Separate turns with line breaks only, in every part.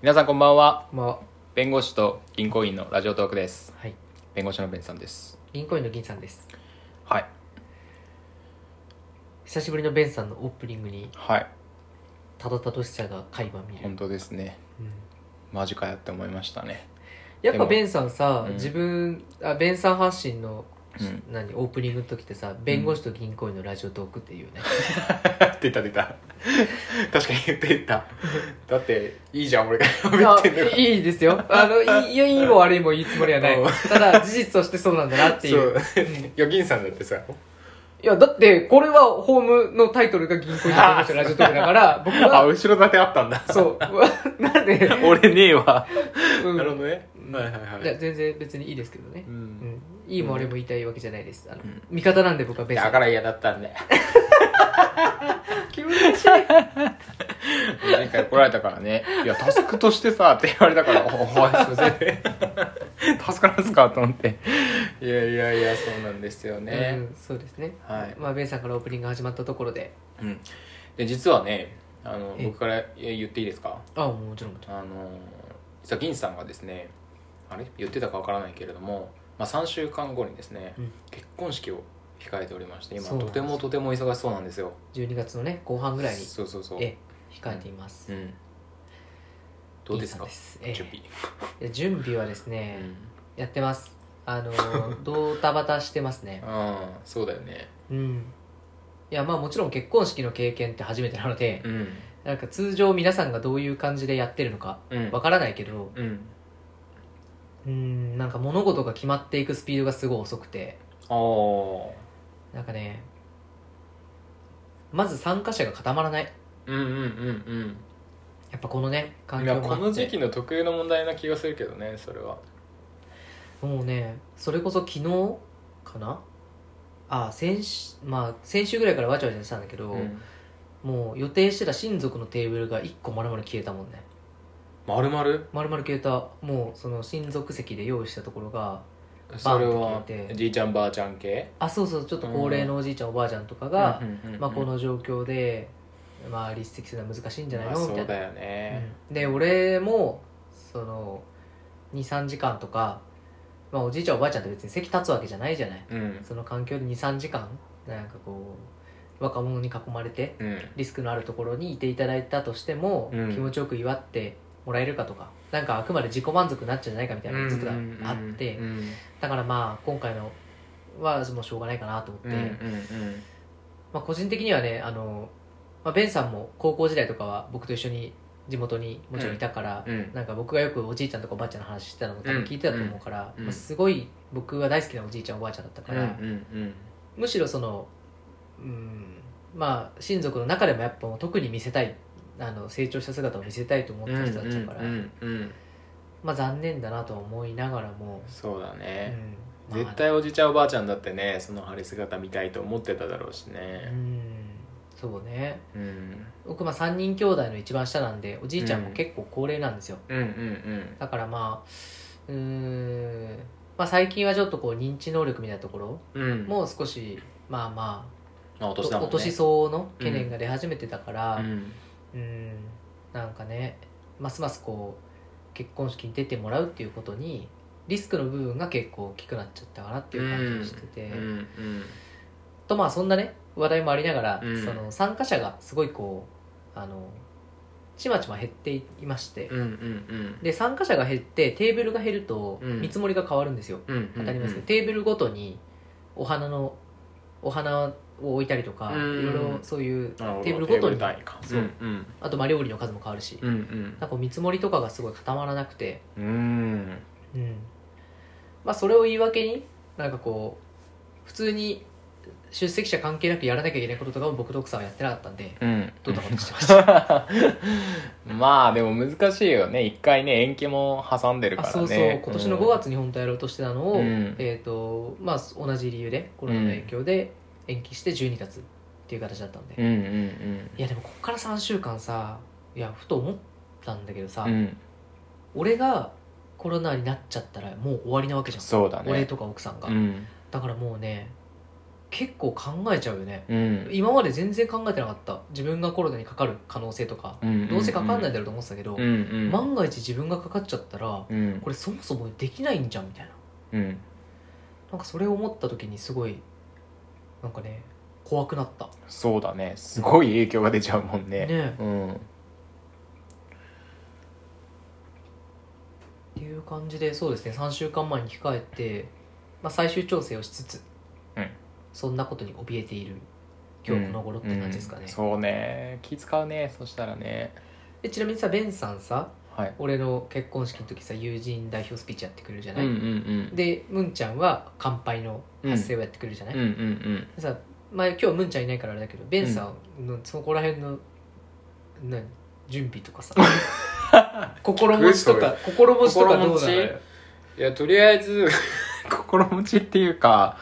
皆さんこんばんは
まあ、
弁護士と銀行員のラジオトークです
はい。
弁護士のベンさんです
銀行員の銀さんです。
はい
久しぶりのベンさんのオープニングに、
はい
たどたどしさが垣間見え
本
る。
当ですね
うん
マジかよって思いましたね
やっ
で
ぱ
も
ベンさんさ、
うん
自分、あ、ベンさん発信の、
うん
何、オープニングの時ってさ、弁護士と銀行員のラジオトークっていうね。
出た出た確かに言ってただっていいじゃん俺が
あ
喋ってんだから
いいですよ。あの、いいいいも悪いも言うつもりは ない
うん。
ただ、事実としてそうなんだなっていう。
そういや銀さんだってさ
いや、だって、これはホームのタイトルが銀行員の弁護士のラジオトークだから、僕
あ
は、
後ろ盾あったん だ
そう、なんで、
俺ねえわ、
うん
なるほどね
うん
はいはいはい
いや全然別にいいですけどね
う、
うんん、いいも悪いも言いたいわけじゃないですあの、
うん
味方なんで僕はベース
だから嫌だったんだよ
気持ち悪い
前回来られたからね「いやタスクとしてさ」って言われたから「おお前すいませんタスクなんすか?」と思っていやいやいやそうなんですよね
うん、そうですね、
はい
まあ、ベンさんからオープニングが始まったところで
うん、で実はねあの
え
僕からいや言っていいですか
あもうもちろんもち
あの実は銀さんがですねあれ言ってたかわからないけれども、まあ、3週間後にですね、
うん
結婚式を控えておりまして今
そうな
と
んです
てもとても忙しそうなんですよ
ろん12月のね後半ぐらいに
そうそうそう
ええ控えています、
うんどうですか
いいさんです
準
え
備、
えいや準備はですね、やってます あのードタバタしてますね
うんうんそうだよね
うんいやまあもちろん結婚式の経験って初めてなので、
うん
なんか通常皆さんがどういう感じでやってるのか
うん
わからないけど、
うん
うーんなんか物事が決まっていくスピードがすごい遅くて
ああ
なんかねまず参加者が固まらない
うんうんうん
やっぱこのね
うん
環
い
境
や
も
こ
あ
の
っ
時
て
期の特有の問題な気がするけどねそれは
もうねそれこそ昨日かなあ先週まあ先週ぐらいからわちゃわちゃしてたんだけど、
うん
もう予定してた親族のテーブルが1個丸々消えたもんね
まるまる
丸々消えたもうその親族席で用意したところが
それは
バンって消えて
じいちゃんばあちゃん系
あそうそうちょっと高齢のおじいちゃん、おばあちゃんとかが、
うんうんうんうん
まあ、この状況で、まあ、離出席するのは難しいんじゃない
まあ
のみた
そ
いうな
だよね
うんで俺もその23時間とか、まあ、おじいちゃんおばあちゃんって別に席立つわけじゃないじゃない
うん
その環境で23時間なんかこう若者に囲まれて
うん
リスクのあるところにいていただいたとしても、
うん
気持ちよく祝ってもらえるかとかなんかあくまで自己満足になっちゃうんじゃないかみたいなずっとがあって、
うん
だからまあ今回のはもうしょうがないかなと思って、
うんうんうん
まあ、個人的にはねあの、まあ、ベンさんも高校時代とかは僕と一緒に地元にもちろんいたから、
うんうん
なんか僕がよくおじいちゃんとかおばあちゃんの話してたのも多分聞いてたと思うから、
うんうん
まあ、すごい僕が大好きなおじいちゃんおばあちゃんだったから、
うんうん
むしろそのうんまあ親族の中でもやっぱもう特に見せたいあの成長した姿を見せたいと思ってた人たちだから、
うんうんうん
まあ残念だなとは思いながらも、
そうだ
う
ね
んまあ
絶対おじいちゃんおばあちゃんだってねその晴れ姿見たいと思ってただろうし
う
ね
んそうね
うん
僕まあ3人兄弟の一番下なんでおじいちゃんも
うん
結構高齢なんですよ、
うんうんうん
だからまあうーん、まあ、最近はちょっとこう認知能力みたいなところ
うん
もう少し、まあま
まあお
あ、
年だもん
お
ね
年相応の懸念が出始めてたから
う
うん
ん
ーんなんかねますますこう結婚式に出てもらうっていうことにリスクの部分が結構大きくなっちゃったかなっていう感じがしてて、
うんうん
とまあそんなね話題もありながら、
うん
その参加者がすごいこうあのちまちま減っていまして、
うんうんうん
で参加者が減ってテーブルが減ると
うん
見積もりが変わるんですよ、
うん
当たりますけど、テーブルごとにお花のお花を置いたりとか、
うん
いろいろそういう
なるほど
テーブルごとに
テーブル単位か
そう
うん
あとまあ料理の数も変わるし、
うんうん
なんか見積もりとかがすごい固まらなくて、
うんうん
うんまあ、それを言い訳になんかこう普通に出席者関係なくやらなきゃいけないこととかも僕と奥さんはやってなかったんで
うん
どんなことしてました
まあでも難しいよね一回ね延期も挟んでるか
あ
らね
そうそう今年の5月に本当やろうとしてたのを、
うん
えーとまあ、同じ理由でコロナの影響で延期して12月っていう形だったんで、
うんうんうん
いやでもここから3週間さいやふと思ったんだけどさ、
うん
俺がコロナになっちゃったらもう終わりなわけじゃん、
そうだね
俺とか奥さんが、
うん
だからもうね結構考えちゃうよね
うん
今まで全然考えてなかった自分がコロナにかかる可能性とか、
うん
どうせかかんないだろうと思ってたけど、
うんうん
万が一自分がかかっちゃったら
うん
これそもそもできないんじゃんみたいな
うん
なんかそれを思った時にすごいなんかね怖くなった
そうだねすごい影響が出ちゃうもんね
ね
うん
っていう感じでそうですね3週間前に控えて、まあ、最終調整をしつつ、
うん
そんなことに怯えている今日この頃って感じですかね、
うんそうね気使うねそしたらね
でちなみにさベンさんさ
はい
俺の結婚式の時さ友人代表スピーチやってくれるじゃ
う
なんい、
うんうん
でムンちゃんは乾杯の発声をやってくれるじゃない、
うんうんうん
でさ前今日ムンちゃんいないからあれだけどベンさんのそこら辺の、何準備と かさ心持ちとか心持ちとかどうなのよ、
いやとりあえず 心持ちっていうか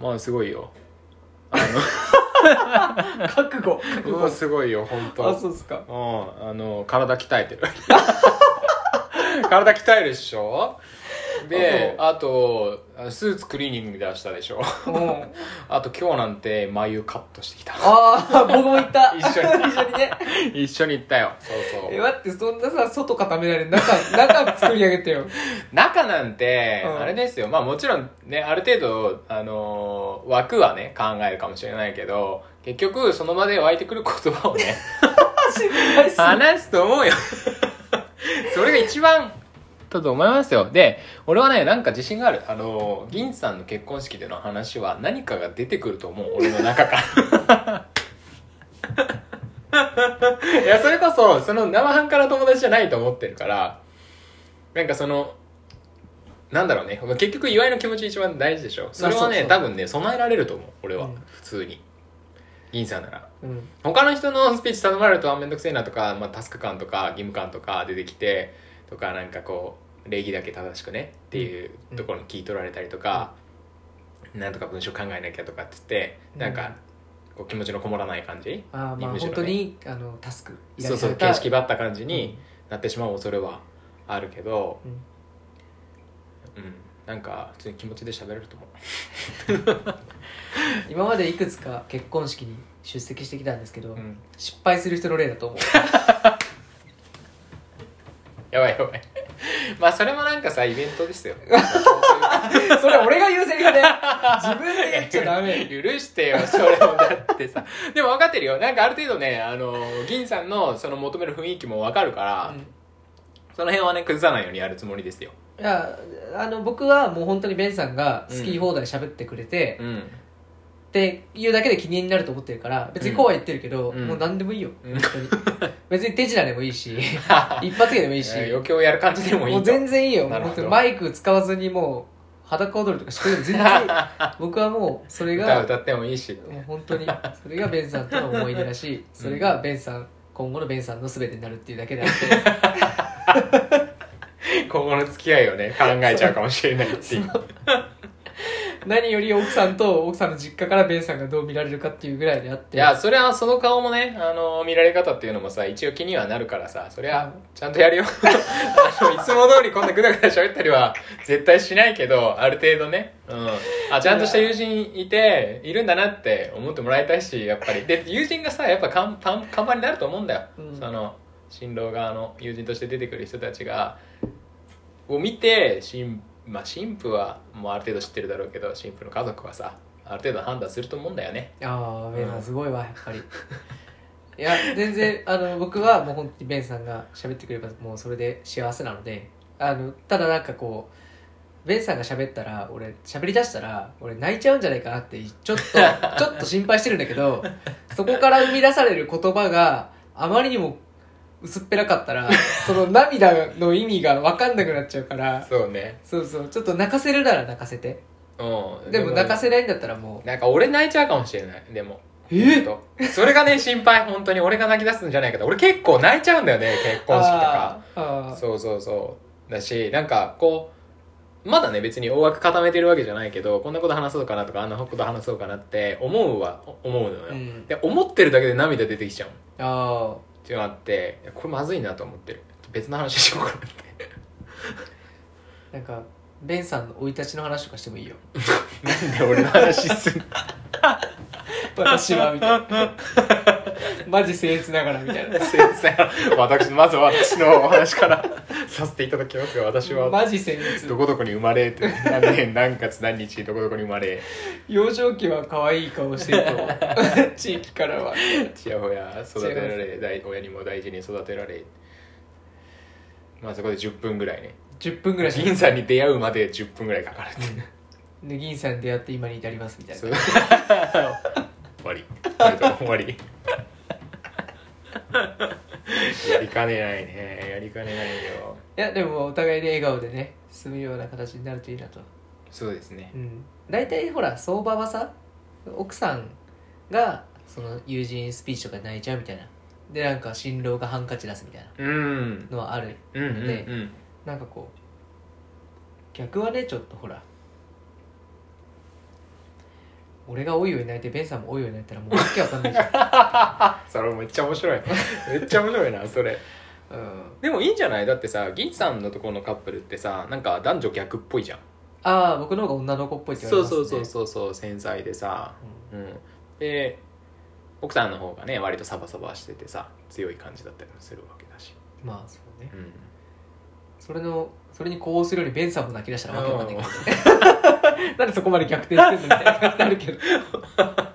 まあすごいよあ
うん、覚悟覚
のもう
悟
すごいよ本当
あそうっすか
うん、あの体鍛えてる 体鍛えるっしょであとスーツクリーニングで出したでしょ
うん
あと今日なんて眉カットしてきた
ああ僕も行った
一緒に
一緒にね
一緒に行ったよそう
え
そう
待ってそんなさ外固められる中中作り上げてよ
中なんて、
うん
あれですよまあもちろんねある程度、あのー枠はね考えるかもしれないけど結局その場で湧いてくる言葉をね話すと思 うよそれが一番だと思いますよで俺はねなんか自信があるあの銀さんの結婚式での話は何かが出てくると思う俺の中から いやそれこそその生半可な友達じゃないと思ってるからなんかそのなんだろうね結局祝いの気持ち一番大事でしょそれはね
そうそう
多分ね備えられると思う俺は、
うん
普通に銀さんなら
うん
他の人のスピーチ頼まれるとあめんどくせえなとか、まあ、タスク感とか義務感とか出てきてとかなんかこう礼儀だけ正しくねっていう
うん
ところに聞い取られたりとか、なんとか文章考えなきゃとかって言ってなんかこう気持ちのこもらない感じ、
ああまあ
むしろ
本
ね
当にあのタスク
そうそう形式ばった感じになってしまう恐れはあるけど、
うん
うん、なんか普通に気持ちで喋れると思う。
今までいくつか結婚式に出席してきたんですけど、
うん
失敗する人の例だと思う
やばいやばい まあそれもなんかさイベントですよ
それ俺が言うセリフで自分で言っちゃダメ
許してよそれもだってさでも分かってるよなんかある程度ねあの銀さんのその求める雰囲気も分かるから、
うん
その辺はね崩さないようにやるつもりですよ
いやあの僕はもう本当にベンさんが好き放題喋ってくれて、
うん
って言うだけで記念になると思ってるから別にこうは言ってるけど、
うん
もう何でもいいよ、
うん
本当に別に手品でもいい し一発芸でもいいし
えー余興やる感じでもいい
もう全然いいよ
なるほど
本当にマイク使わずにもう裸踊りとかしてくれても全然 いい僕はもうそれ
歌
が
歌ってもいいし
もう本当にそれがベンさんとの思い出だしそれがベンさん今後のベンさんの全てになるっていうだけであって
今後の付き合いをね考えちゃうかもしれないっていう
何より奥さんと奥さんの実家からベンさんがどう見られるかっていうぐらいであって
いやそれはその顔もねあの見られ方っていうのもさ一応気にはなるからさそりゃちゃんとやるよあのいつも通りこんなグダグダ喋ったりは絶対しないけどある程度ね、うん、あちゃんとした友人いているんだなって思ってもらいたいしやっぱりで友人がさやっぱ看板看板になると思うんだよ、
うん
その新郎側の友人として出てくる人たちがを見て新,、まあ、新婦はもうある程度知ってるだろうけど新婦の家族はさある程度判断すると思うんだよね
ああベンさ
うん
んすごいわやっぱりいや全然あの僕はもう本当にベンさんが喋ってくればもうそれで幸せなのであのただなんかこうベンさんが喋ったら俺喋りだしたら俺泣いちゃうんじゃないかなって ちょっとちょっと心配してるんだけどそこから生み出される言葉があまりにも薄っぺらかったらその涙の意味が分かんなくなっちゃうから
そうね
そうそうちょっと泣かせるなら泣かせて
うん
でも泣かせないんだったらもう
なんか俺泣いちゃうかもしれないでも
え
ほんとそれがね心配本当に俺が泣き出すんじゃないかと俺結構泣いちゃうんだよね結婚式とか
あーあー
そうそうそうだしなんかこうまだね別に大枠固めてるわけじゃないけどこんなこと話そうかなとかあんなこと話そうかなって思うは思うのよ、
うん
で思ってるだけで涙出てきちゃう
あ
っていうのがあっていやこれまずいなと思ってる別の話しようかなって
あ なんかベンさんの生い立ちの話とかしてもいいよ
なんで俺の話すんの
私はみたい なマジ僭越ながらみたいな
先生私まずは私のお話からさせていただきますが私は
マジ僭
ど
越
こどこに生まれって何年何月何日どこどこに生ま れ
幼少期は可愛い顔して ると地域からは
ちやほや育てられ大親にも大事に育てられまあそこで10分ぐらいね
10分ぐらいしか
銀さんに出会うまで10分ぐらいかかるっていう
で銀さんに出会って今に至りますみたい
そ
な
う終わりありがとう終わりやりかねないねやりかねないよ
いやでもお互いで笑顔でね進むような形になるといいなと
そうですね
うん大体ほら相場はさ奥さんがその友人スピーチとかで泣いちゃうみたいなでなんか新郎がハンカチ出すみたい
うんうん
なのはある
うんうん
なんかこう逆はねちょっとほら俺がおいおい泣いてベンさんもおいおい泣いたらもうわけわかんな いじゃん、
それめっちゃ面 白いめっちゃ面白いなそれ
うん、
でもいいんじゃないだってさ銀さんのところのカップルってさなんか男女逆っぽいじゃん
ああ僕の方が女の子っぽいって言わ
そ
れ
う
ますね
そうそうそうそう繊細でさ、うん、で奥さんの方がね割とサバサバしててさ強い感じだったりもするわけだし、
うんまあそうね
うん、
それのそれに呼応するよりベンさんも泣き出したらわけわかんない
うん
けど なんでそこまで逆転してんのみたいなになるけど まあ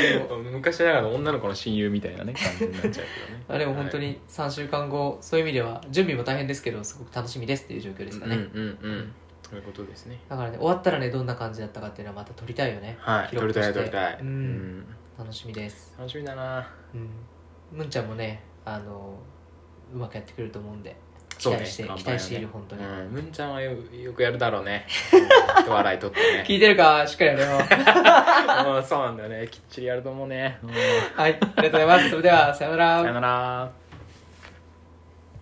でも
昔ながらの女の子の親友みたいなね感じになっちゃうけど ね
まあでも本当
はい
に3週間後そういう意味では準備も大変ですけどすごく楽しみですっていう状況ですかね、
うんうんうん、うん、そういうことですね
だからね終わったらねどんな感じだったかっていうのはまた撮りたいよね
はい
記録
取り
と
た
し
い
て
取りたい、
うん
ん、
楽しみです
楽しみだな
うんむんちゃんもねあのうまくやってくれると思うんで期
そうね
待して、
頑
期
張れね
待している本当に、
うんむんちゃんはよよくやるだろうねうん笑い取っ てね
聞いてるかしっかり やれよ
うんそうなんだよねきっちりやると思うね、うん
はいありがとうございますそれではさよう
さよなら